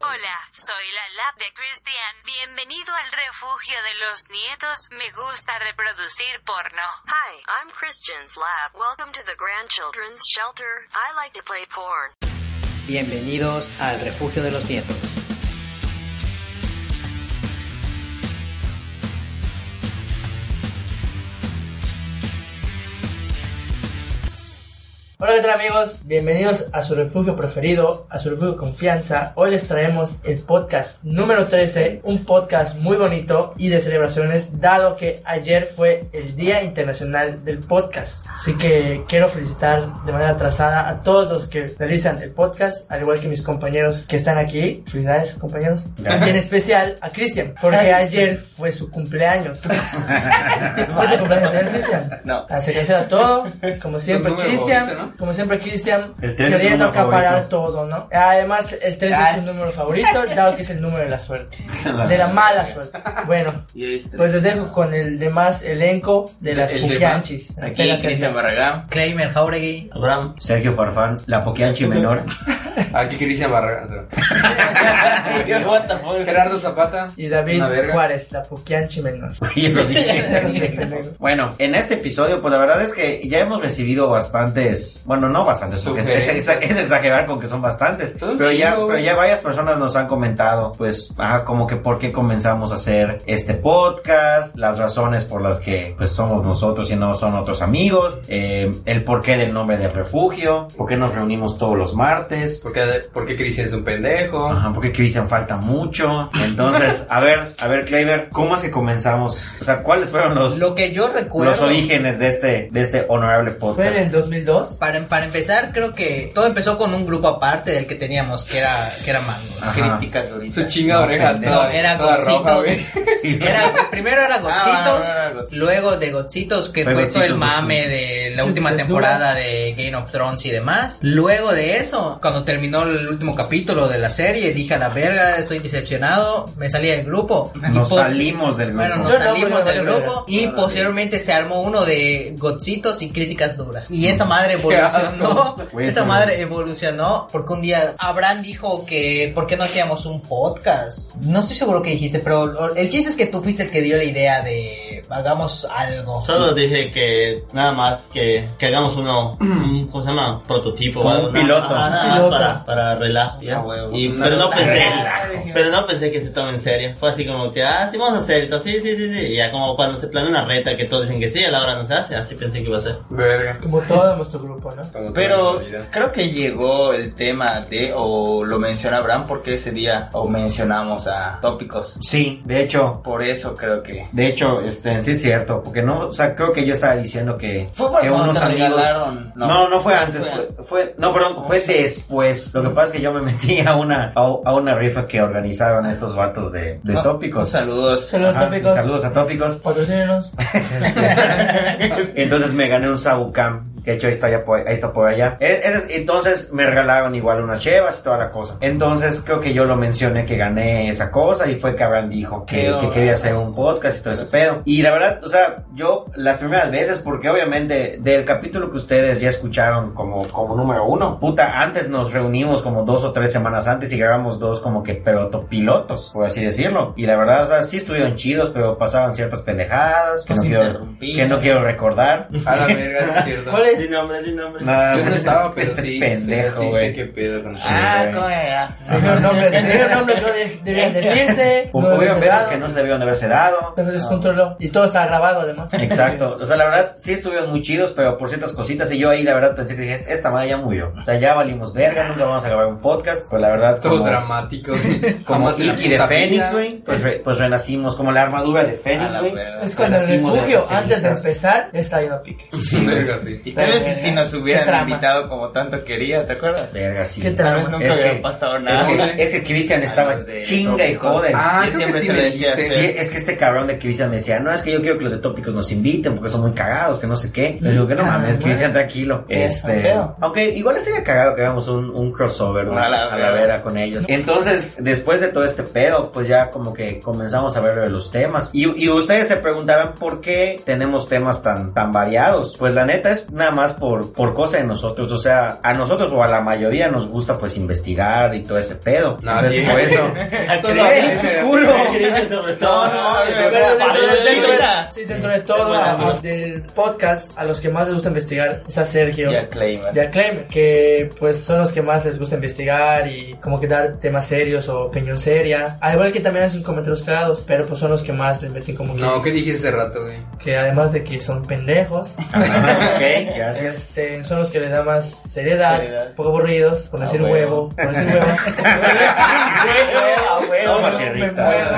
Hola, soy la lab de Christian. Bienvenido al refugio de los nietos. Me gusta reproducir porno. Hi, I'm Christian's lab. Welcome to the grandchildren's shelter. I like to play porn. Bienvenidos al refugio de los nietos. Hola, ¿qué tal amigos? Bienvenidos a su refugio preferido, a su refugio de confianza. Hoy les traemos el podcast número 13, un podcast muy bonito y de celebraciones, dado que ayer fue el Día Internacional del Podcast. Así que quiero felicitar de manera atrasada a todos los que realizan el podcast, al igual que mis compañeros que están aquí. Felicidades, compañeros. Y en especial a Cristian, porque ayer fue su cumpleaños. ¿Fue tu cumpleaños ayer, Cristian? Ah, No. Se cancela todo, como siempre, número Cristian. favorito, ¿no? Como siempre, Cristian El tres es su queriendo número acaparar favorito. todo, ¿no? Además, el 3 Ah. es su número favorito, dado que es el número de la suerte, de la mala suerte. Bueno, pues les dejo con el demás elenco de las El demás. Pukianchis. Aquí Cristian Barragán. Kramer Jauregui. Abraham, Sergio Farfán, la Poquianchi menor. Aquí Cristian Barragán. Gerardo Zapata. Y Una David verga. Juárez, la Pukianchi menor. Oye, lo dije. Pendejo. Bueno, en este episodio, pues la verdad es que ya hemos recibido bastantes, bueno, no bastantes, porque es, es- es- es exagerar con que son bastantes, Son un pero ya, chingo, pero güey. ya varias personas nos han comentado, pues, ajá, como que por qué comenzamos a hacer este podcast, las razones por las que, pues, somos nosotros y no son otros amigos, eh, el porqué del nombre del refugio, por qué nos reunimos todos los martes, Porque, porque Cristian es un pendejo. Ajá, porque Cristian falta mucho. Entonces, a ver, a ver, Kleiber, ¿cómo es que comenzamos? O sea, ¿cuáles fueron los, Lo que yo recuerdo. los orígenes de este, de este honorable Fue en podcast? el 2002. Para, para empezar, creo que todo empezó con un grupo aparte del que teníamos, que era, que era Mango. ¿no? Ajá. Su chinga oreja pendejo. No, toda, era toda roja, Gotsitos. güey. Sí. Era, primero era Gotsitos, Ah, era Gotsitos. luego de Gotsitos, que Fue fue todo el Gotsitos, mame Gotsitos. de la última temporada de Game of Thrones y demás. Luego de eso, cuando terminó el último capítulo de la serie, dije a la verga, estoy decepcionado, me salí del grupo. Y Nos post- salimos del grupo. Bueno, nos Yo no, salimos porque del no vale grupo verga. y posteriormente se armó uno de gotzitos y críticas duras. Y esa madre evolucionó. asco. Güey, esa eso- madre evolucionó porque un día Abraham dijo que ¿por qué no hacíamos un podcast? No estoy seguro que dijiste, pero lo- el chiste es que tú fuiste el que dio la idea de hagamos algo. Solo dije que nada más que, que hagamos uno, un- ¿cómo se llama? Prototipo. Como o algo, un nada- piloto. ajá, nada más Piloto. para, para relajo. ¿ya? Ah, huevo. Y- Una pero no relajo. pensé, Relajo. pero no pensé que se tome en serio. Fue así como que, ah, sí vamos a hacer esto, sí, sí, sí, sí. Y ya como cuando se planea una reta que todos dicen que sí, a la hora no se hace, así pensé que iba a ser. Verga. Como todo nuestro grupo, ¿no? Como toda Pero la vida. creo que llegó el tema de, o lo menciona Abraham, porque ese día o mencionamos a tópicos. Sí, de hecho, Por eso creo que. de hecho, este, sí es cierto, porque no, o sea, creo que yo estaba diciendo que, Fue porque que nos regalaron. No, no, fue antes, fue, fue- no, perdón, fue después. Lo que pasa es que yo me metí a una, a, a una rifa que organizaban estos vatos de, de Ah, tópicos. Saludos. Saludos Ajá, tópicos. Saludos a tópicos. Patrocínenos. Entonces me gané un Sabucam. De hecho, ahí está, ya por, ahí está por allá. E- e- Entonces me regalaron igual unas chevas y toda la cosa. Entonces creo que yo lo mencioné que gané esa cosa y fue que Abraham dijo que, Qué que quería hacer un podcast y todo ese pedo. Y la verdad, o sea, yo las primeras veces, porque obviamente del capítulo que ustedes ya escucharon como, como número uno, puta, antes nos reunimos como dos o tres semanas antes y grabamos dos como que pero pilotos, por así decirlo. Y la verdad, o sea, sí estuvieron chidos, pero pasaban ciertas pendejadas que no Nos quiero, interrumpimos. que no quiero recordar. A la verga, es cierto. ¿Cuál es? Sin nombre, sin nombre. Nada, Yo no este- estaba, pero este sí. pendejo, sí, sí, sé güey. qué pedo con eso. Sí, güey. era? Señor nombres, señor nombres no des- debían decirse. Hubo no debían hubieron veces ser que no se debieron de haberse dado. Se descontroló. Y todo está grabado, además. Exacto, o sea, la verdad sí estuvieron muy chidos, pero por ciertas cositas. Y yo ahí, la verdad, pensé que dije: Esta madre ya murió. O sea, ya valimos verga, nunca vamos a grabar un podcast. Pues la verdad, Todo como, dramático, güey. como Jamás en la Iki de puta Fénix, vida. güey, pues, re- pues renacimos, como la armadura de Fénix, güey. Es con el Renacimos de refugio. las Antes de cenizas. empezar, ya está yendo a pique. Verga, sí. Y tal vez si- si nos hubieran Qué trama. invitado como tanto quería, ¿te acuerdas? Verga, sí. ¿Qué Tal vez trama? nunca Es hubiera que- pasado Es nada. que, es que Cristian estaba A los de chinga y tópicos. jode. Ah, Yo creo siempre que sí se me lo decía. dijiste. Sí, es que este cabrón de Cristian me decía, no, es que yo quiero que los de tópicos nos inviten porque son muy cagados, que no sé qué. Le digo que no Ah, mames, bueno. Cristian, tranquilo. Este, feo. aunque igual estaría cagado que hagamos un, un crossover, ¿no? A la A la vera. vera con ellos. Entonces, después de todo este pedo, pues ya como que comenzamos a ver lo de los temas. Y, y ustedes se preguntaban por qué tenemos temas tan, tan variados. Pues la neta es una nada más por, por cosa de nosotros. O sea, a nosotros o a la mayoría nos gusta pues investigar y todo ese pedo. Entonces, Nadie. por eso. Solo ¡Ey, a mí me- tu culo! sobre No, todo. no, mames, o Pero sea, dentro de- sí, dentro de- mira. sí, dentro de todo, Buena, a- buena. del podcast, a los que más les gusta investigar es a Sergio Ya claiman. de Acclaim, que pues son los que más les gusta investigar y como que dar temas serios o opinión seria. Al igual que también hacen comentarios cagados, pero pues son los que más les meten como que, No, ¿qué dije hace rato, güey? que además de que son pendejos, Ah, ok, gracias. este, son los que les da más seriedad, Seriedad. un poco aburridos, por Ah, decir bueno. huevo, por decir Ah, huevo. huevo, Huevo, qué me rico. muero.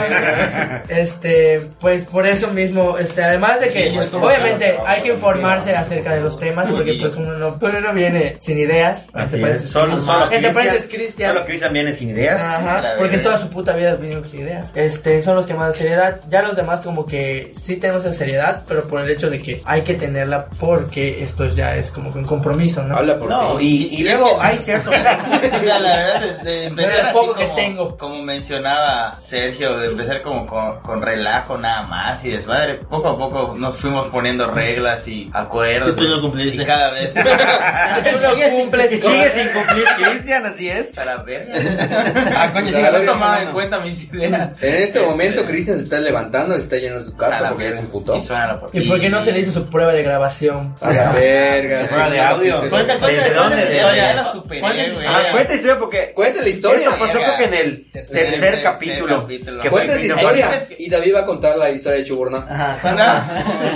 Este, pues por eso mismo, este, además de que Sí, yo estuve obviamente hablando, hay que sí, informarse sí. acerca de los temas, porque Sí. pues uno no, uno no viene sin ideas. Así Entre es. Solo, solo Entre paréntesis, Cristian. Cristian. Solo Cristian viene sin ideas. Ajá, la porque verga. toda su puta vida vinieron sin ideas. Este, son los que más seriedad. Ya los demás como que sí tenemos esa seriedad, pero por el hecho de que hay que tenerla porque esto ya es como que un compromiso, ¿no? Habla por No, ti. y, y luego hay ciertos. O sea, la verdad, de empezar Pero el así poco que como, tengo. como mencionaba Sergio, de empezar como con, con relajo nada más y desmadre, poco a poco nos fuimos poniendo reglas y acuerdos. Que tú no y- cumpliste. Y cada vez Tú no cumples Y sigue sin cumplir Cristian, así es. a la verga. Ah, coño, sí, A no ver, tomaba hermano. en cuenta. mis ideas. En este Este- momento Cristian se está levantando, se está llenando su A casa la porque ya verga. se emputó. Y suena la ¿Y por qué no se le hizo su prueba de grabación? A la verga. Fuera de audio. Cuenta, cuenta, ¿Desde cuenta dónde? esa ¿De historia. dónde la superé, Cuenta esa güey? Ah, historia. cuenta historia porque. Cuenta la historia. Esto pasó verga. creo que en el Tercer- tercer, tercer capítulo. capítulo. que fue Cuenta el esa piso historia. más- Y David va a contar la historia de Chuburná. Ajá, cuenta.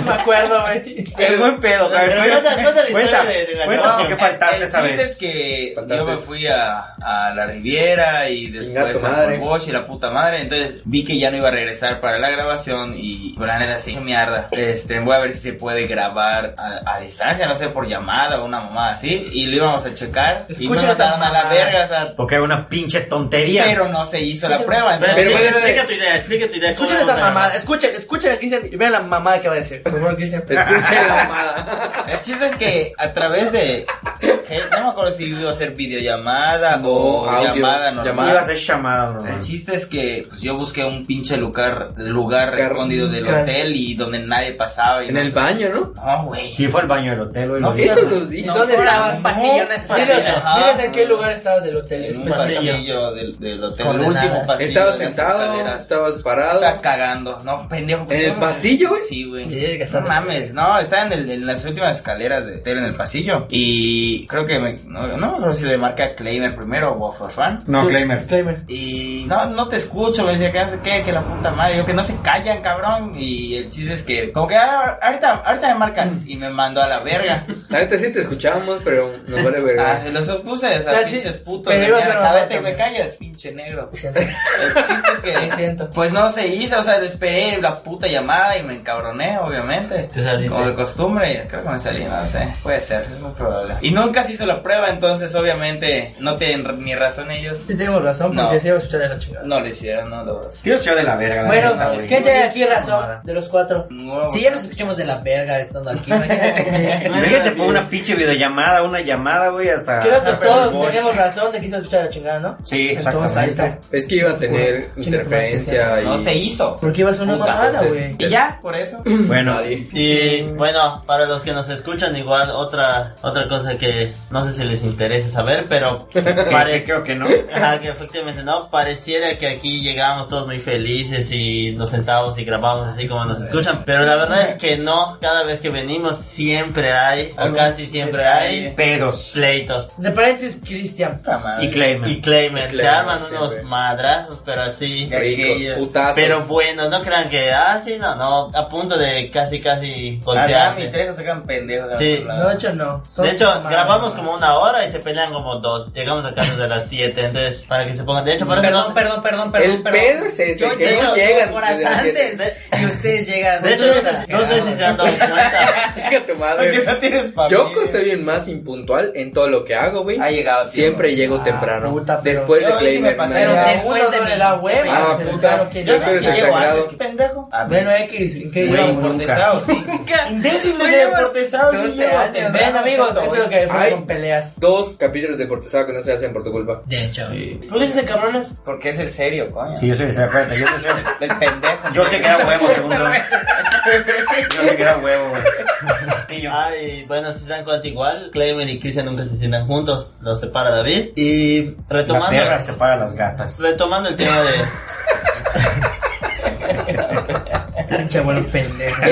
Me acuerdo, güey. Es buen pedo, Pero cabrón. cuenta- cuenta la historia Cuenta, de- de la cuenta grabación. porque El faltaste esa chiste es vez. que Faltaste. yo me fui a, a la Riviera y Chinga tu después madre. a Bosch y la puta madre. Entonces vi que ya no iba a regresar para la grabación y Bran era así, mierda. Este, voy a ver si se puede grabar a, a distancia, no sé, por llamada o una mamá así. Y lo íbamos a checar. y Escucha me esa mandaron a la mamada. verga, o sea, Porque era una pinche tontería. pero no se hizo la prueba. Pero, entonces- explica- pero- explica tu idea, explica tu idea. ¿cómo Escuchen esa vamos a mamada, grabar? escuchen, escuchen a Cristian y vean la mamada que va a decir. Por favor, Cristian. Escuche la mamada. El chiste es que a través de. que No me acuerdo si iba a ser videollamada No, o audio, llamada normal. llamada. Iba a ser llamada, El normal. chiste es que pues, yo busqué un pinche lugar, lugar Car- escondido del car- hotel y donde nadie pasaba. Y En no el sé- baño, ¿no? No, güey. Sí, fue al baño del hotel, güey. No, lo sí, vi. Eso nos dijo. ¿Dónde fuera estabas? Un pasillo, No, una Diles, escalera. Ajá. diles en qué lugar estabas del hotel. En un específico. pasillo del, del hotel. El Coordenadas. último pasillo. Estabas de las sentado, escaleras. estabas Está parado. cagando, no, pendejo. pues, ¿En el no, pasillo, güey? Sí, güey. Verga, está No mames, no, está en, el- en las últimas escaleras de hotel en el pasillo. Y creo que me, no, no me acuerdo si le marca a Claimer primero o a Forfan. No, Claimer. Disclaimer. Y no, no te escucho, me decía que no sé qué, que la puta madre, yo que no se callan, cabrón. Y el chiste es que, como que "Ah, ahorita, ahorita me marcas y me mandó a la verga. La neta sí te escuchamos, pero nos vale Ah, verga. se los opuse, o sea, O sea, sí, pinches putos. pero de ibas a mierda, grabar cállate, me también. callas, pinche negro. Siento, El chiste es lo que, siento. pues no se hizo, o sea, le esperé la puta llamada y me encabroné, obviamente. Te saliste. Como de costumbre, creo que me salí, no sé, puede ser, es muy probable. Y nunca se hizo la prueba, entonces, obviamente, no tienen ni razón ellos. Sí, tengo razón, No. porque sí iba a escuchar de la chingada. No lo hicieron, no lo Tío, yo de la verga. la Bueno, neta, güey. ¿quién tiene aquí razón? De los cuatro. No, Si ya nos escuchamos de la verga estando aquí, imagínate. Imagínate por una pinche videollamada, una llamada, güey, hasta. Creo que hasta el todos Bosch. tenemos razón de que se escuchar la chingada, ¿no? Sí, Entonces ahí está. exactamente. Es que iba a tener Chinga tu madre, interferencia y. No se hizo. Porque ibas a una Puta, mamada, entonces- güey. Y ya, por eso. Bueno, Nadie. Y bueno, para los que nos escuchan, igual otra otra cosa que no sé si les interesa saber, pero que- que parece creo que no. Ajá, que efectivamente no, pareciera que aquí llegábamos todos muy felices y nos sentábamos y grabábamos así como nos escuchan, pero la verdad es que no, cada vez que venimos siempre hay, o casi siempre hay, Pedos. pleitos. De paréntesis, Cristian. Puta madre. Y Claimer. Y Claimer, se Claimer, arman unos siempre. madrazos, pero así, Ya. Ricos, Aquellos. putazos. pero bueno, no crean que, ah, sí, no, no, a punto de casi, casi Adán y golpearse. Trejo sacan pendejos. Sí. No, de hecho, no. Son De hecho, mamadas. grabamos como una hora y se pelean como dos. Llegamos a casa de las 7, entonces, para que se pongan. De hecho, por eso Perdón, no. perdón, perdón, perdón. El perdón. pedo es ese, Yo que llego no llegan dos horas desde las siete. antes y ustedes llegan. De hecho, no sé, no sé si se han dado cuenta. Chinga tu Porque madre. no tienes familia. Yo soy el más impuntual en todo lo que hago, güey. Ha llegado tiempo. Siempre llego Ah, temprano. puta, pero- Después de Yo ahí sí me Playmer. pasé, Pero Ya, nada. después de uno me no la le hueva. da se ve hueva. claro Ah, que puta. Yo no. Yo soy sé que llego desagrado. antes, qué pendejo. A Bueno, veces. X, ¿en qué Güey, íbamos? por Desafortunado, sí. Imbécil de Llevas deportesado, yo 12 llego años. temprano, Ven, amigos, exacto, eso es lo güey. que fue Hay son peleas. Dos capítulos de cortesía que no se hacen por tu culpa. De hecho. Sí. ¿Por qué dicen cabrones? Porque es el serio, coño. Sí, yo soy, espérate, yo soy serio. El pendejo. Yo sé que era huevo, según yo. Yo sé que era huevo, güey. Niño. Ay, bueno, si se dan cuenta igual, Clayman y Christian nunca se sientan juntos, los separa David. Y La retomando, tierra separa las gatas. retomando el tema de... Pinche abuelo pendejo.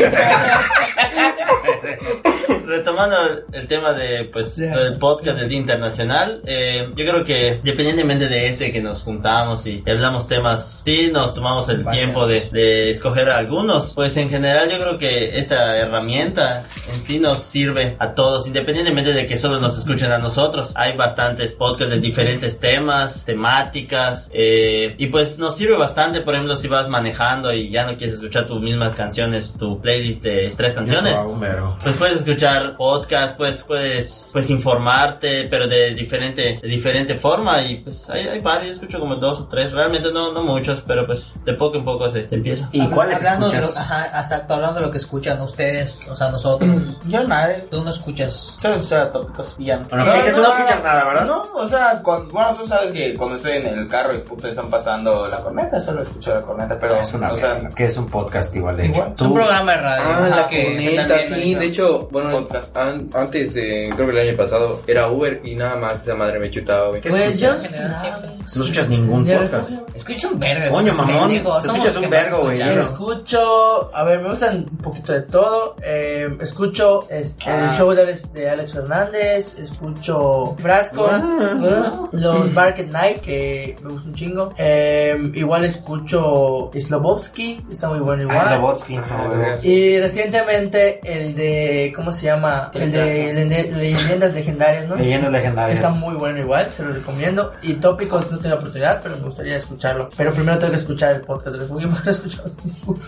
Retomando el tema de pues Sí. el podcast del Día Internacional, eh, yo creo que independientemente de este que nos juntamos y hablamos temas, sí nos tomamos el Variados. tiempo de, de escoger algunos, pues en general yo creo que esta herramienta en sí nos sirve a todos, independientemente de que solo nos escuchen a nosotros. Hay bastantes podcasts de diferentes temas, temáticas, eh, y pues nos sirve bastante, por ejemplo, si vas manejando y ya no quieres escuchar tus mismas canciones, tu playlist de tres canciones. Pero... Pues puedes escuchar podcast, pues puedes pues informarte, pero de diferente de diferente forma y pues hay, hay varios, escucho como dos o tres, realmente no no muchos, pero pues de poco en poco se, se empieza. ¿Y Habla- cuáles hablando de lo, escuchas? ajá, exacto, hablando de lo que escuchan ustedes, o sea, nosotros. Yo nada. Tú no escuchas. Solo escuchaba tópicos y ya no. Bueno, Cristian, tú no escuchas nada, Pero ¿verdad? no, o sea, cuando- bueno, tú sabes que cuando estoy en el carro y puta están pasando la corneta, solo escucho la corneta, pero Es una o sea, mierda, que es un podcast igual de hecho. Igual. Es un Tú, programa de radio. Ah, ajá, la que- corneta, también sí. hay- De hecho, bueno, Podcast. an- antes, eh, creo que el año pasado, era Uber y nada más esa madre me chutaba, güey. ¿Qué Pues yo. escuchas? general siempre. No escuchas ningún ¿De podcast. refugio? Escucha un vergo. Coño, pues, mamón, pendejo, somos te escuchas los que un más vergo, güey, ya escuchamos. Escucho, a ver, me gustan un poquito de todo. Eh, escucho es- el Ah. show de Alex, de Alex Fernández, escucho Frasco, Ah. los Market Night, que me gusta un chingo. Eh, igual escucho Slobovsky, está muy bueno igual. Ah, Slobotsky. Ah, no, de veras. Y recientemente el de, ¿cómo se llama? El de lende- Leyendas Legendarias, ¿no? Leyendas Que legendarias. está muy bueno igual, se lo recomiendo. Y tópicos no tengo la oportunidad, pero me gustaría escucharlo. Pero primero tengo que escuchar el podcast de Refugio, porque no he escuchado ninguno.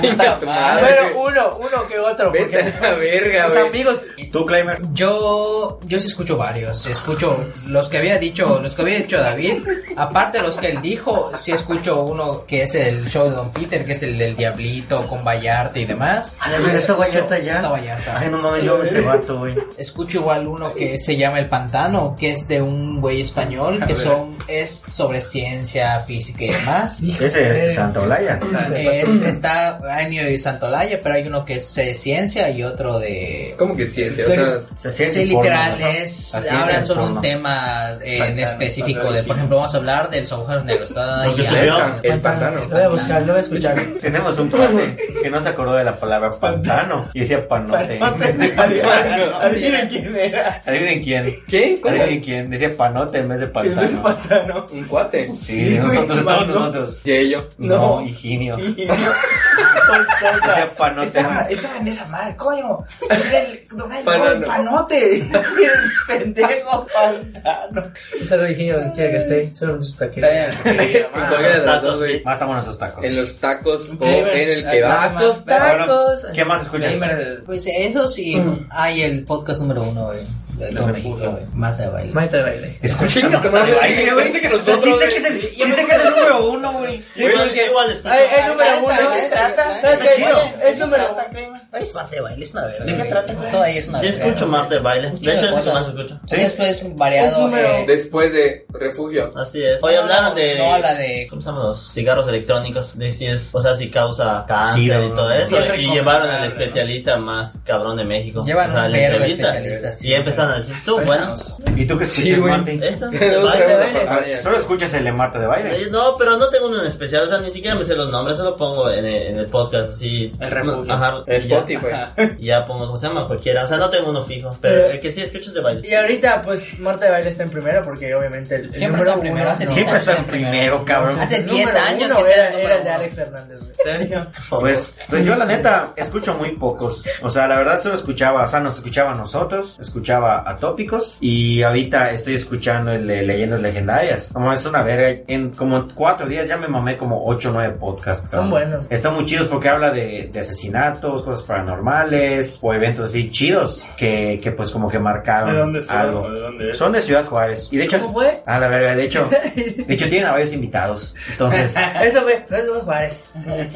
Puta Ah, madre, Bueno, güey. uno, uno que otro, Vete porque a la verga, los güey. amigos... Tú, Claymer. Yo, yo sí escucho varios. Escucho los que había dicho, los que había dicho David. Aparte de los que él dijo, sí escucho uno que es el show de Don Peter, que es el del Diablito con Vallarta y demás. Ah, de veras, está Vallarta ya. Ah, Está Vallarta. Ay, no mames, yo ese vato, güey. Escucho igual uno que se llama El Pantano, que es de un güey español, que son, es sobre ciencia, física y demás. Ese es Santa Olaya. Eh, Es, está Año y Santolaya, pero hay uno que es eh, ciencia y otro de... ¿Cómo que ciencia? O Sí. sea, O sea, sí, es Sí, el porno, literal, ¿no? es, Así es hablan el sobre porno. un tema eh, en Pantano, específico. pantano De, por ejemplo, vamos a hablar de los agujeros negros. Está ahí, Porque ah, subió. ah, El pantano. Lo voy a buscar, lo voy a escuchar. Tenemos un padre que no se acordó de la palabra pantano y decía panote. Pantano. Adivinen quién era. Adivinen quién. ¿Qué? ¿Cómo? Adivinen quién. Decía panote en vez de pantano. ¿Un cuate? Sí, nosotros, todos nosotros. ¿Y ello? Ah, No, Higinio. Decía panote. estaba en esa madre, coño. Pantano. panote. Pendejo pantano. Un saludo ingenio donde quiera que esté. Solo por su taquería. En cualquiera de las dos, güey. Más estamos en esos tacos. En los tacos o Gamer. en el que Ah, va. Tacos, Bueno, tacos. ¿Qué más escuchas? Pues eso sí, hay el podcast número uno eh, de todo México, güey, Marta de Baile. Maestra de baile. Escucha. Chinga tu madre, Ay, güey, dice que o sea, nosotros, sí sé güey. que es el, sí sé que es el número uno, güey. Igual- igual escucho- Ay, el número uno. ¿Sabes ¿Sabes qué? Es número uno. qué? Es Marta de Baile, es una verga. ¿De qué güey. trata, güey? Todavía es una Yo verga. escucho güey. Marta de baile, Un de hecho es chingo lo que más cosas. escucho. Y Después variado. número- eh, Después de refugio. Así es. Hoy hablaron de No, la de... ¿Cómo se llaman los cigarros electrónicos? De si es, o sea, si causa cáncer Sí, y todo eso. siempre Y con- llevaron al especialista más cabrón de México. Llevan o sea, un la verbo entrevista. especialista. sí. Y empezaron a decir, tú, bueno, ¿Y tú qué escuchas, Sí, güey. Martín? eso, Otra vez la baile. pantalla. Solo escuchas el de Marta de Eh, baile. No, pero no tengo uno en especial, o sea, ni siquiera me sé los nombres, solo pongo en el, en el podcast, así. El refugio. Ajá, y ya- Spotify. Y ya pongo, ¿cómo se llama? Cualquiera, o sea, no tengo uno fijo, pero el que sí escucho es de baile. Y ahorita, pues, Marta de Baile está en primero porque obviamente el, el Siempre número está en primero, uno, hace no. diez Siempre está en Siempre. primero, cabrón. Hace El 10 número años uno que está era, en el era número el de uno. Alex Fernández, güey. Sergio, por favor. Pues, pues yo la neta escucho muy pocos. O sea, la verdad solo escuchaba, o sea, nos escuchaba a nosotros, escuchaba a Tópicos y ahorita estoy escuchando el de Leyendas Legendarias. Como es una verga, en como cuatro días ya me mamé como ocho o nueve podcasts. Son cabrón. buenos. Están muy chidos porque habla de, de asesinatos, cosas paranormales o eventos así chidos que, que pues como que marcaron ¿De dónde son? algo. ¿O ¿De dónde es? Son de Ciudad Juárez. Y de hecho, ¿Cómo fue? Ah, la verga, de hecho, de hecho tienen a varios invitados. Entonces, Eso fue, eso fue Juárez.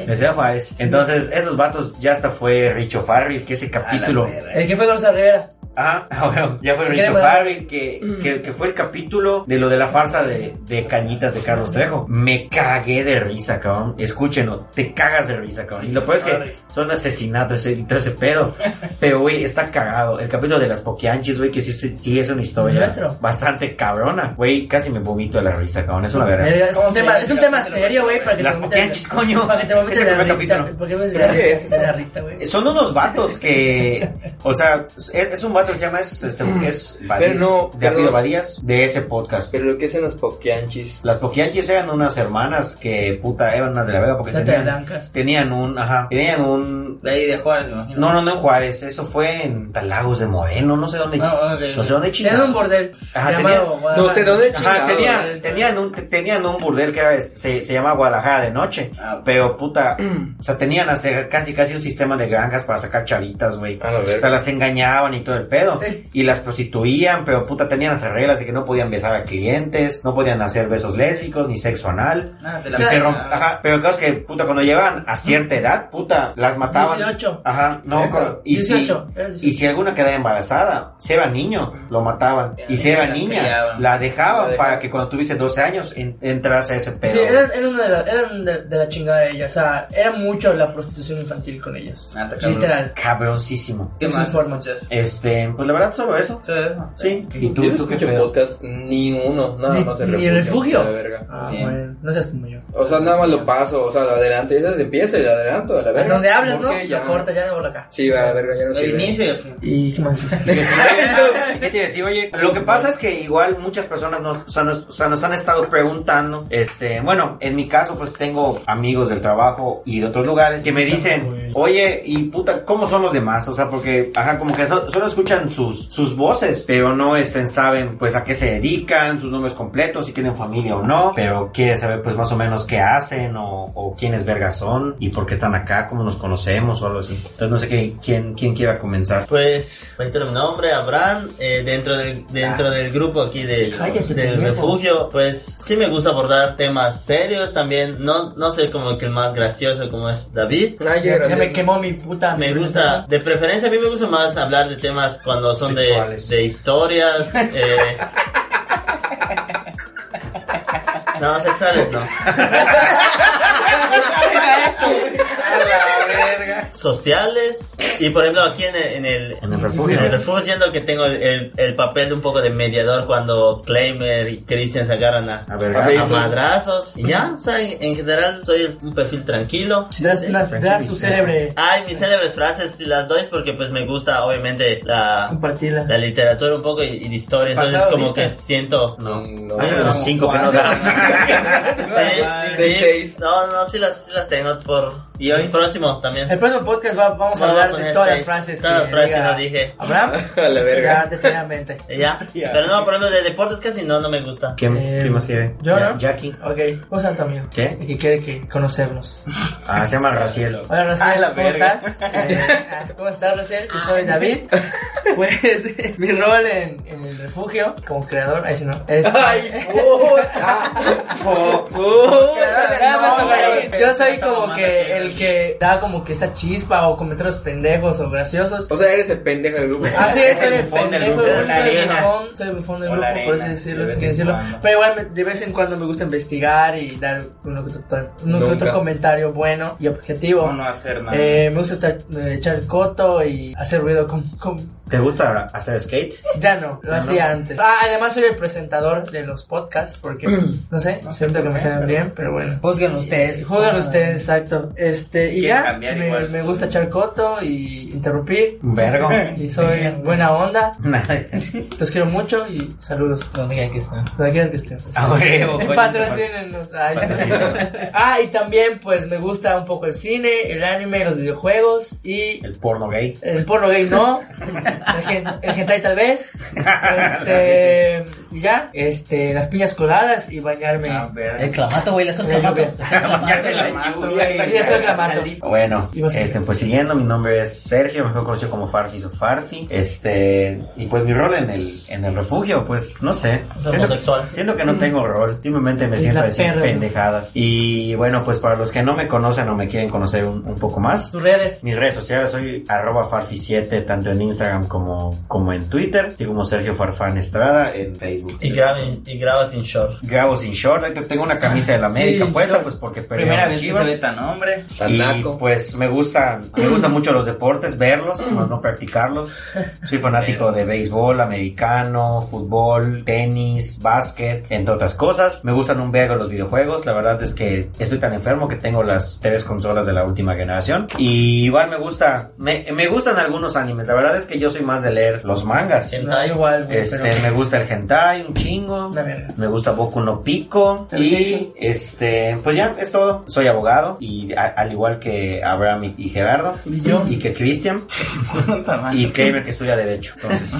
de Ciudad Juárez. Entonces, esos vatos ya hasta fue Richo Farrell, que ese capítulo. El jefe Gonzalo Rivera. Ajá, ah, bueno, ya fue Si Richo queremos- Farvey, que, que, que fue el capítulo de lo de la farsa de, de Cañitas de Carlos Trejo. Me cagué de risa, cabrón. Escúchenlo, te cagas de risa, cabrón. Y lo peor es que son asesinatos ese- y todo ese pedo. Pero, güey, está cagado. El capítulo de las Poquianchis, güey, que sí, sí- sí es una historia Nuestro. bastante cabrona. Güey, casi me vomito de la risa, cabrón. Es una verga. Verga, Es un ¿Cómo se tema, llama es ese un tema capítulo, serio, güey, para que Las te vomites- Poquianchis, coño. Para que te Es vomites el de la primer rita. capítulo. ¿Por qué me de la risa? De la rita, güey. Son unos vatos que. O sea, es, es un vato que se llama. Es, es, es Badías, Mm. Pero no, de apellido pero- Badías, de ese podcast. Pero lo que hacen los poquianchis. Las Poquianchis eran unas hermanas que puta eran unas de la Vega porque Plata tenían, blancas. tenían un, ajá, tenían un De ahí de Juárez, me imagino. no, no, no en Juárez, eso fue en Talagos de Moreno, no sé dónde, Ah, ok. no sé dónde Tenían un chingados. bordel Ajá, tenía- llamado Guadalajara. No sé dónde Ajá, chingados. tenía- tenían, un, tenían un burdel que era- se, se llama Guadalajara de noche. Ah. Pero puta, o sea, tenían hasta casi casi un sistema de granjas para sacar chavitas, güey. A la verga. O sea, las engañaban y todo el pedo. El- Y las prostituían, pero puta, tenían las reglas de que no podían besar a clientes, no podían hacer besos lésbicos, ni sexo anal. Ah, te Y la se romp- Ajá, pero claro es que, puta, cuando llegaban a cierta edad, puta, las mataban. 18. Ajá, no, Neta. con- y si- 18. eran 18. y si alguna quedaba embarazada, si era niño, lo mataban. Y si era La niña, criaban. la dejaban, La dejaban. para que cuando tuviese 12 años en- entrase a ese pedo. Sí, eran, eran una de la, eran de, de la chingada de ellas. O sea, era mucho la prostitución infantil con ellas. Ah, está cabrón. Literal. Cabroncísimo. ¿Qué Nos más informa. escuchas? Este, pues la verdad, solo eso. Sí, eso. Sí. ¿Y tú, Yo no tú qué escucho pedo? podcast ni uno, nada Ni- más el ni refugio. refugio. la verga. Ah, Bien. bueno, no seas como yo. O sea, nada más lo paso, o sea, lo adelanto y esa se empieza y lo adelanto, a la verga. Pues donde hablas, ¿no? Porque Ya. Ya. Corta, ya déjalo acá. Sí, va, a la verga, ya no El sirve. inicio y el fin. ¿Y qué más? ¿Qué te decía? Oye, lo que pasa es que igual muchas personas nos, o sea, nos, o sea, nos han estado preguntando, este, bueno, en mi caso pues tengo amigos del trabajo y de otros lugares que me dicen, oye, y puta, ¿cómo son los demás? O sea, porque, ajá, como que so- solo escuchan sus, sus voces, pero no estén, saben pues a qué se dedican, sus nombres completos, si tienen familia o no, pero quieren saber pues más o menos qué hacen o, o quiénes vergas son y por qué están acá, cómo nos conocemos o algo así. Entonces no sé qué, quién, quién quiera comenzar. Pues, reitero mi nombre, Abraham, eh, dentro, del, dentro del grupo aquí del, Cállate, del pendejo. refugio, pues sí me gusta abordar temas serios también, no, no soy como que el más gracioso como es David. Ay, qué Ya me gracioso. quemó mi puta. Me gusta, de preferencia a mí me gusta más hablar de temas cuando son de, Sexuales. de historias. eh. No, sexuales no. Sociales. Y por ejemplo aquí en el, en el, En el refugio. en el refugio siendo que tengo el, el- el papel de un poco de mediador cuando Kramer y Christian se agarran a, A A ver, ver. a madrazos. Y ya, o sea, en, en general soy un perfil tranquilo. Si te das, unas- te das tu célebre, Ay, mis célebres frases sí las doy porque pues me gusta obviamente la, compartirla. la literatura un poco y, y de historia. Entonces Pasado, como ¿viste? que siento... No, no. Hay unos cinco que no dan. Sí, Ah, sí, de sí. seis. No, no, sí las, sí las tengo por... Y hoy próximo también. El próximo podcast va- vamos a Vamos a hablar de poner todas las seis. frases este, Todas las frases que diga no dije. Abraham, A la ya verga. detenidamente. Y Ya. Pero no, por ejemplo, de deportes casi no, no me gusta. ¿Quién, Eh, quién más quiere? yo, Ya- ¿no? Jackie. Ok, cosa también. ¿Qué? El que quiere que conocernos. Ah, se llama Raciel. Hola, Ah, Rosel, la ¿cómo verga. estás? Eh, ah, ¿Cómo estás, Rosel? Yo soy David. Pues mi rol en, en el refugio como creador, ahí sí no. Es, Ay, puta. Nada más toca no, ahí. güey, yo se- se soy está como mamando aquí, que el güey. que da como que esa chispa o comentarios pendejos o graciosos. O sea, eres el pendejo del grupo. Así es, Es el soy el bufón del pendejo, grupo. soy La el arena. bufón, soy el bufón del O la grupo, por arena, así decirlo, de así vez que en decirlo. cuando. Pero igual me- de vez en cuando me gusta investigar y dar uno que otro, uno que otro Nunca. comentario bueno y objetivo. No, no hacer nada. Eh, me gusta estar, eh, echar coto y hacer ruido con, con- ¿Te gusta hacer skate? Ya no, lo no. hacía antes. Ah, además soy el presentador de los podcasts porque, pues, no sé, siento que me salen bien, pero bueno. Juzguen ustedes. Juegan ustedes, exacto. Este, y quieren ya, cambiar me, igual, me pues, gusta echar coto y interrumpir. Un Vergo. Y soy buena onda, Nadie. los quiero mucho y saludos. ¿Dónde hay que estar? Donde quieran que estén. Ah, A huevo, En coño. patrocínenos. Ay, sí. Patrocínenos. Ah, y también, pues, me gusta un poco el cine, el anime, los videojuegos y El porno gay. El porno gay no. El, gen- el hentai tal vez. Este. Y ya. Este. Las piñas coladas y bañarme. El clamato, güey, le hace el La clamato. lluvia. Sí, eso es clamato. Bueno, Ibas a- este, pues siguiendo, mi nombre es Sergio, mejor conocido como Farfis o Farfi. Este, y pues mi rol en el, en el refugio, pues no sé. Es Siento- homosexual. Siento que no tengo rol, últimamente me Es siento la a decir perra, ¿no? pendejadas. Y bueno, pues para los que no me conocen o me quieren conocer un, un poco más, Tus redes. mis redes sociales soy arroba farfi7, tanto en Instagram como, como en Twitter, así como Sergio Farfán Estrada en Facebook. Y graba, y graba sin short. Grabo sin short, ahorita tengo una camisa de la América Sí, puesta, short. pues porque perdieron Primera las vez que se Chivas. ve tan hombre. Tan Y naco. Mm. pues me gustan, me gustan mucho los deportes, verlos, no, no practicarlos. Soy fanático de béisbol, americano, fútbol, tenis, básquet, entre otras cosas. Me gustan un vergo los videojuegos. La verdad es que estoy tan enfermo que tengo las tres consolas de la última generación. Y igual me gusta, me, me gustan algunos animes. La verdad es que yo soy más de leer los mangas. No, igual, güey, Este, pero- me gusta el hentai, un chingo. Una verga. Me gusta Boku no Pico. Y este, pues ya, es todo. Soy abogado y a- al igual que Abraham y, y Gerardo. Y yo. Ah, Y que Cristian. y Kramer que estudia Derecho. Entonces,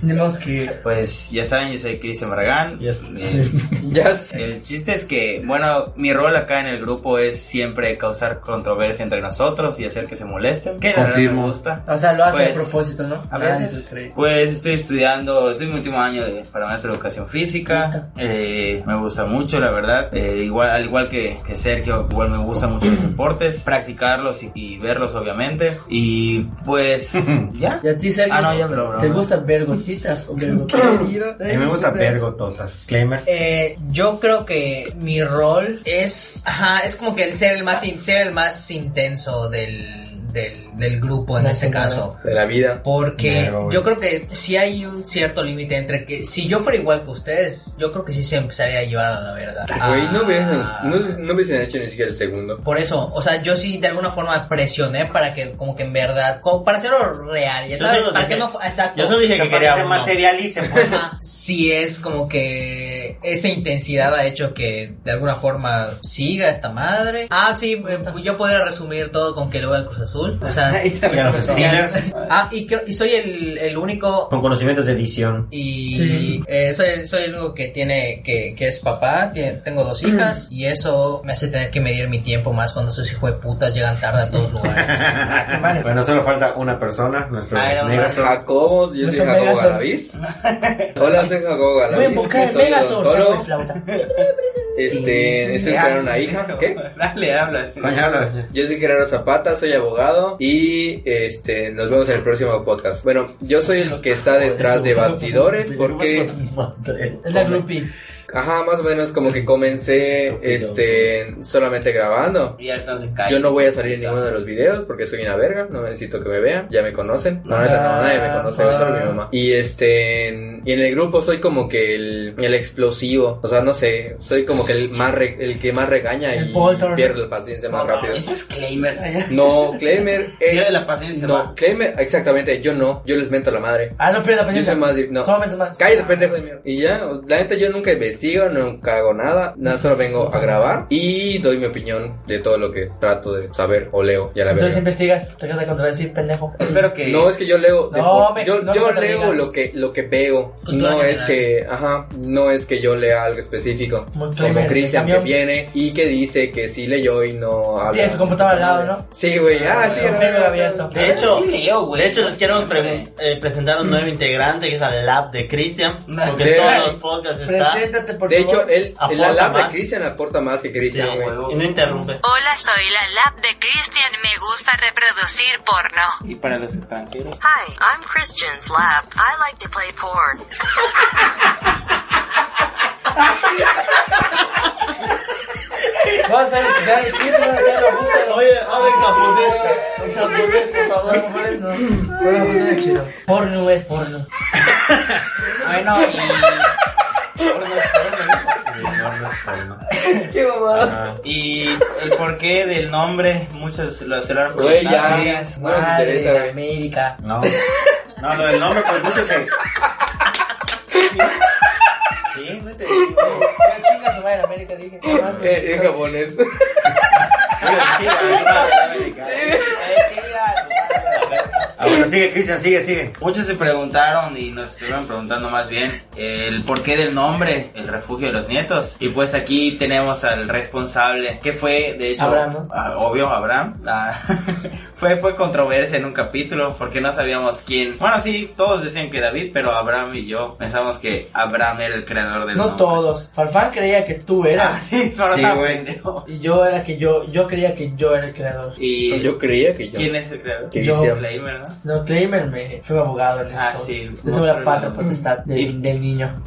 Tenemos que. Pues ya saben, yo soy Cristian Barragán. Yes. Eh, Ya sé. El chiste es que, bueno, mi rol acá en el grupo es siempre causar controversia entre nosotros y hacer que se molesten. Que la verdad me Confirmo. gusta. O sea, lo hace Pues, a propósito, ¿no? A Ah, veces, eso creí. pues estoy estudiando, estoy en mi último año de, para maestro de educación física. Eh, me gusta mucho, la verdad. Eh, igual, al igual que, que Sergio, igual me gustan mucho los deportes, practicarlos y, y verlos, obviamente. Y pues, ya. ¿Y a ti, Sergio? Ah, no, ya me lo ¿Te gustan ver gotitas o ver gotitas? a mí me gusta ver gototas. Kramer. Eh, yo creo que mi rol es, ajá, es como que el ser el más, in- ser el más intenso del, del, del grupo en Más este intenso. caso. De la vida. Porque Mero, güey. yo creo que si hay un cierto límite entre que si yo fuera igual que ustedes, yo creo que sí se empezaría a llevar a la verdad. Güey, no hubiesen, Ah. no, hubiesen- no hubiesen hecho ni siquiera el segundo. Por eso, o sea, yo sí de alguna forma presioné para que, como que en verdad, como para hacerlo real, ya Yo sabes, solo para dejé- que no, fu- exacto. Yo solo dije que Capaz quería se uno. materialice, pues. Ajá, sí es como que esa intensidad ha hecho que de alguna forma siga esta madre. Ah, sí, eh, yo podría resumir todo con que le voy al Cruz Azul. O sea, Ahí está, que pues, a los Steelers. ah, y, creo- y soy el, el único Con conocimientos de edición. y Sí. eh, soy, soy el único que tiene que, que es papá, tie- tengo dos hijas y eso me hace tener que medir mi tiempo más cuando esos hijos de putas llegan tarde a todos lugares. Bueno, solo falta una persona, nuestro Ah, era un negro. Jacobo, yo soy Nuestro Jacobo Megazord. Galaviz. Hola, soy Jacobo Voy a Galaviz. buscar el soy Megazord, saco mi odontólogo. flauta. Este, estoy esperando una hija. ¿Qué? Dale, habla. Coño, habla. Yo soy Gerardo Zapata, soy abogado y este nos vemos en el próximo podcast. Bueno, yo soy el que está detrás de bastidores porque Es la groupie. ajá, más o menos como que comencé este solamente grabando. Y ahorita se cae. Yo no voy a salir en ninguno de los videos porque soy una verga, no necesito que me vean, ya me conocen. No, neta, no, nadie me conoce, güey, solo mi mamá. Y este, en- y en el grupo soy como que el, el explosivo, o sea, no sé, soy como que el más re- el que más regaña El y Bolter. pierde la paciencia más rápido. Ese es Claimer. No, Klemer, eh, Pierde la paciencia. se no, va. Klemer, exactamente, yo no, yo les mento a la madre. Ah, no pierdas la Yo paciencia. soy más, di- no. Solamente más. Cállate, pendejo de mierda. Y ya, la neta, yo nunca investigo, nunca hago nada. Nada, solo vengo a grabar y doy mi opinión de todo lo que trato de saber o leo. Ya la Entonces verdad. investigas, te dejas de contradecir, pendejo. Espero que. No, es que yo leo. de No, por- me- yo no yo me leo contradigas. lo que, lo que veo. Cultura no es general. que, ajá, no es que yo lea algo específico. Muy Como clever, Cristian que camión. viene y que dice que sí leyó y no habla. Tiene su computadora al lado, ¿no? Sí, güey, ah, sí, Con ah, Facebook abierto. De hecho, Sí leo, güey. de hecho les quiero pre- Siempre. eh, presentar un nuevo integrante que es al lab de Christian. Porque Sí. en todos los podcasts está. Preséntate, por De favor. hecho, eh. él, el Aporta alarma más. de Cristian aporta más que Sí, Cristian, güey. y no interrumpe. Hola, soy la lab de Christian. Me gusta reproducir porno. Y para los extranjeros. Hi, I'm Christian's lab. I like to play porn. Vamos a ver, ya difícil, vamos a hacerlo justo. Oye, habla en japonés. En japonés, por Por favor. lo mejor es no. Por lo mejor es chido. Porno es bueno, porno. Qué mamada. Ah, Y el porqué del nombre, muchos lo se lo han Güey, preguntado. ya, no nos Madre interesa, de güey. América. No. No, lo del nombre, pues muchos se. Sí, no te digo. Ya chinga su madre América, dije. Jamás me- Eh, En japonés. Ah, bueno, sigue, Cristian, sigue, sigue. Muchos se preguntaron y nos estuvieron preguntando más bien el porqué del nombre, el refugio de los nietos. Y pues aquí tenemos al responsable, que fue, de hecho, Abraham, ¿no? ah, obvio, Abraham, ah, Fue, fue controversia en un capítulo porque no sabíamos quién. Bueno, sí, todos decían que David, pero Abraham y yo pensamos que Abraham era el creador del No nombre. todos. Farfán creía que tú Ah, eras. sí, solo Sí, estaba güey. pendejo. Y yo era que yo, yo creía que yo era el creador. Y Yo creía que yo. ¿Quién es el creador? Que Yo. decía, Flamer, ¿no? No, Kramer me fue abogado en esto. Ah, sí. Yo soy la Monstruo patria de- potestad Y- del, del niño.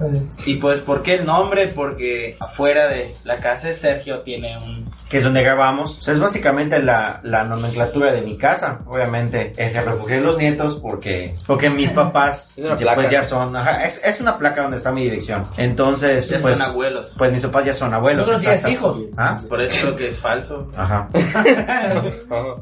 Y pues, ¿por qué el nombre? Porque afuera de la casa de Sergio tiene un... que es donde grabamos. O sea, es básicamente la, la nomenclatura de mi casa. Obviamente, eh, se refugié en los nietos porque, porque mis papás Es una ya, pues placa. ya son, ajá, es, es una placa donde está mi dirección. Entonces, Ya pues, son abuelos. pues mis papás ya son abuelos. ¿No conocías exacto. hijos? ¿Ah? Por eso creo que es falso. Ajá.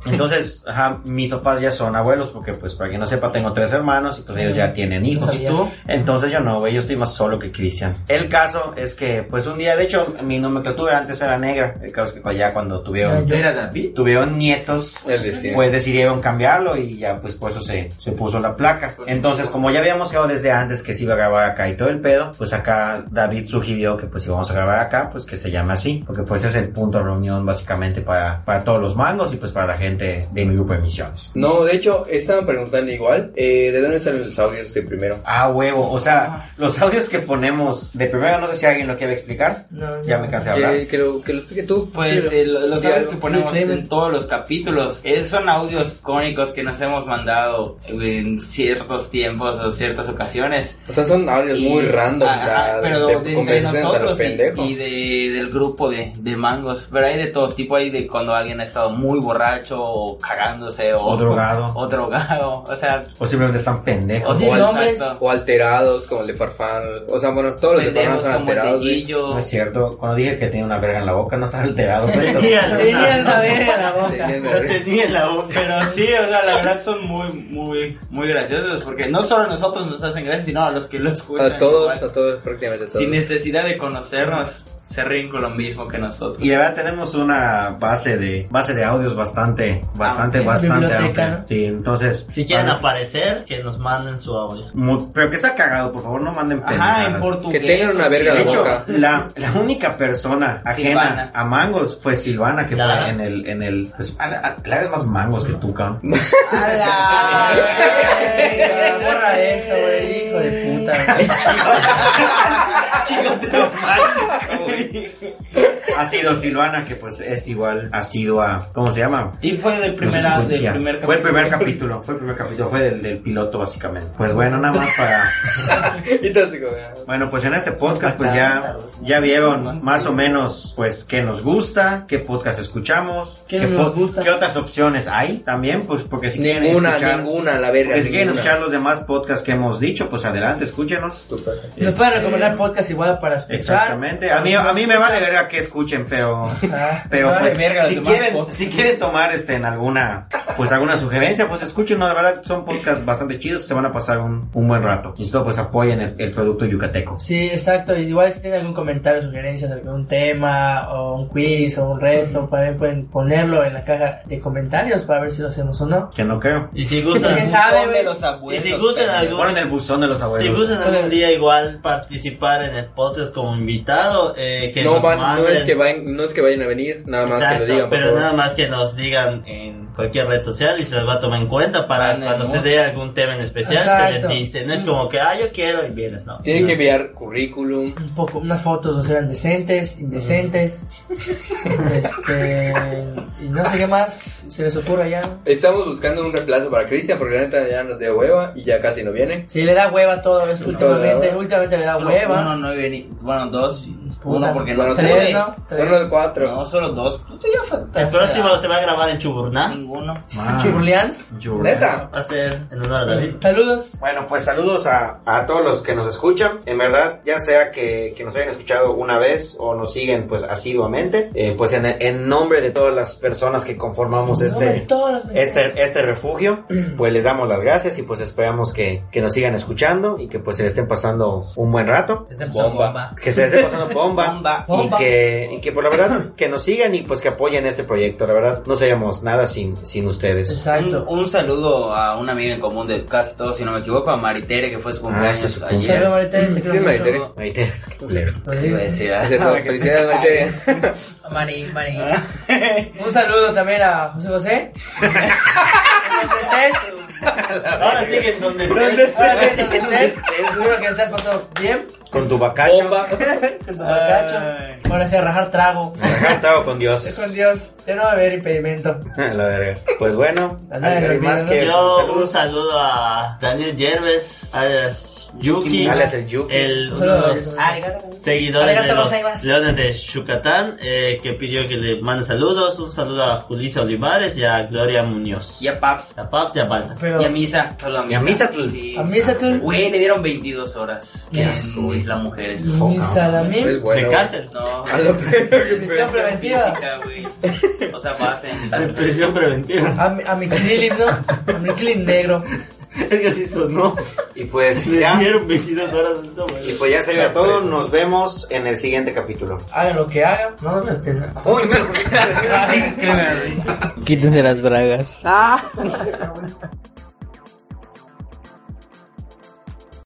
Entonces, ajá, mis papás ya son abuelos porque, pues, para quien no sepa, tengo tres hermanos y pues ellos ya tienen hijos. sabía. Entonces yo no, güey, yo estoy más solo que Cristian. El caso es que, pues un día, de hecho, mi nomenclatura antes era negra. El caso es que ya cuando Era tuvieron, yo. ¿Era David? tuvieron nietos, El destino. pues decidieron cambiarlo y ya, pues por eso se, se puso la placa. Entonces, como ya habíamos quedado desde antes que se iba a grabar acá y todo el pedo, pues acá David sugirió que pues si vamos a grabar acá, pues que se llame así, porque pues es el punto de reunión básicamente para, para todos los mangos y pues para la gente de mi grupo de misiones. No, de hecho, estaban preguntando igual, eh, ¿de dónde salen los audios de primero? Ah, huevo, o sea, los audios que ponemos de primero, no sé si alguien lo quiere explicar. No, Ya no. me cansé de hablar. Que, que lo, que lo explique tú. Pues Pero- eh, lo- los audios que ponemos Diálogo. en todos los capítulos eh, son audios cónicos que nos hemos mandado en ciertos tiempos o ciertas ocasiones. O sea, son audios muy Y- random, ajá, ya, pero de de, entre conversaciones a lo nosotros y, pendejo. y de- del grupo de, de mangos. Pero hay de todo tipo, hay de cuando alguien ha estado muy borracho o cagándose o, O drogado. O drogado, o sea, O simplemente están pendejos. o Sí, sea, nombres. exacto. O alterados, como el de Farfán. O sea, bueno, todos los de Pues Farfán Pendejos son como el de alterados. güey. Guillo. No es cierto, cuando dije que tenía una verga en la boca, no estás alterado. Beto. Tenía una verga en la boca. Tenían- tenía en la boca. Pero sí, o sea, la verdad son muy, muy, muy graciosos porque no solo a nosotros nos hacen gracia, sino a los que lo escuchan. A todos, igual. a todos, prácticamente a todos. Sin necesidad de conocernos, se ríen con lo mismo que nosotros. Y ahora tenemos una base de base de audios bastante, bastante, Amplia. bastante Ah, Biblioteca, amplia. ¿no? Sí, entonces. Si quieren vale. aparecer, que nos manden su audio. Mu- pero que sea cagado, por favor, no manden Ajá, en pendejadas. portugués. Que tengan una o verga en de la chileno. hecho, boca. la, la única persona ajena Silvana. a mangos fue Silvana, que Claro. fue en el, en el, pues, a la- a- la vez más mangos que tú, cabrón. Ay, Borra eso, güey. Hijo de puta. Ha sido Silvana, que pues es igual, ha sido a, ¿cómo se llama? Y fue del, primera, No sé si del coincidía. primer fue el primer capítulo, fue el primer capítulo, fue del, del piloto básicamente. Pues bueno, nada más para... Y todo así como, ah, Bueno, pues en este podcast pues ya, ya vieron más o menos pues qué nos gusta, qué podcast escuchamos, ¿Qué no nos gusta? qué otras opciones hay también, pues porque si quieren Ninguna, escuchar, ninguna, la verga. porque si quieren ninguna. escuchar los demás podcasts que hemos dicho, pues adelante, escúchenos. Este, Tu casa. Nos pueden recomendar podcast igual para escuchar. Exactamente. A mí, a mí me vale verga que escuchen, pero... Ah, Pero Vale, pues, verga, si, los demás quieren, podcasts. si quieren tomar este en alguna pues alguna sugerencia, pues escuchen, no, la verdad son podcasts bastante chidos, se van a pasar un, un buen rato. Y esto pues apoyen el, el producto yucateco. Sí, exacto. Y igual si tienen algún comentario, sugerencias, algún tema, o un quiz, o un reto, también pueden ponerlo en la caja de comentarios para ver si lo hacemos o no. Que no creo. Y si gustan, ¿Quién sabe, Son de güey? los abuelos. Y si gustan pendejo. algo- Ponen el buzón de los si abuelos. gustan algún día igual participar en el podcast como invitado, eh, que No, nos van, no, manden. es que vayan, no es que vayan a venir, nada más Exacto, que lo digan. por pero favor. nada más que nos digan en cualquier red social y se les va a tomar en cuenta para Van en cuando se moto. dé algún tema en especial se Exacto. les dice. No es como que, ah, yo quiero y vienes, no. Tienen que enviar currículum. Un poco, unas fotos no sean decentes, indecentes. este. Y no sé qué más se les ocurra ya. Estamos buscando un reemplazo para Cristian porque la neta ya nos dio hueva y ya casi no viene. Sí, le da hueva todo eso últimamente. hueva. Últimamente le da Solo hueva. Uno no viene, bueno, dos, Puta. uno porque no Bueno, tres, pude. ¿no? Tres. Uno de cuatro. No, solo dos. Tú ya faltaste El a próximo se va a grabar en Chuburná. Ninguno. Ah. Man. Churlians. Churlians. Neta. Va a ser en honor a David. Saludos. Bueno, pues saludos a, a todos los que nos escuchan. En verdad, ya sea que, que nos hayan escuchado una vez o nos siguen pues asiduamente, eh, pues en, en nombre de todas las personas que conformamos Hombre, este, todos los mensajes. este, este refugio, pues les damos las gracias y pues esperamos que, que nos sigan escuchando y que pues se le estén pasando un buen rato. Estamos en bomba. Que se le esté pasando Pomba, Pomba. Pomba. Y, que, y que por la verdad que nos sigan y pues que apoyen este proyecto. La verdad no seríamos nada sin, sin ustedes. Exacto. Un, un saludo a una amiga en común de casi todos, si no me equivoco, a Maritere, que fue su Ah, cumpleaños sí, su ayer. cumpleaños. Saludos, Maritere, te quiero Sí, mucho. Maritere. Ahí te- culero. Lo Te iba a dices. decir, ah, Es cierto, felicidades, Maite. Mari, Mari. Un saludo también a José José. Donde estés. Ahora sí que en donde estés. Ahora sí, donde estés. Seguro que estás pasando bien. Con tu bacacho. Bomba. Con tu Ah, bacacho. Ay. Ahora sí, a rajar trago. Encantado con Dios. Con Dios, ya no va a haber impedimento. La verga. Pues bueno, La nada, alguien más olvídalo. que Yo un saludos. saludo a Daniel Yerves, alias Yuki, Alias el Yuki. el- uno Saludos. de los ah, seguidores de Arigato los gozaimasu. Leones de Yucatán, eh, que pidió que le mande saludos. Un saludo a Julissa Olivares y a Gloria Muñoz. Y a Paps. A Paps y a Balsa. Pero Y a Misa. Solo a Y a Misa. Misatl. Sí. a mí se te. Güey, le dieron 22 horas. Qué Que asco. en Isla Mujeres. Ni salamín. Es de bueno. cárcel. No. A lo que- Prisión preventiva. Física, güey. O sea, más en... A Prisión preventiva. A, mi- a mi Krillin, ¿no? A mi Krillin negro. Es que así sonó. Y pues Le ya. dieron 22 horas a esta mujer. Y pues ya sería todo. Nos vemos en el siguiente capítulo. Hagan lo que hagan, no nos retengan. Uy, Quítense las bragas.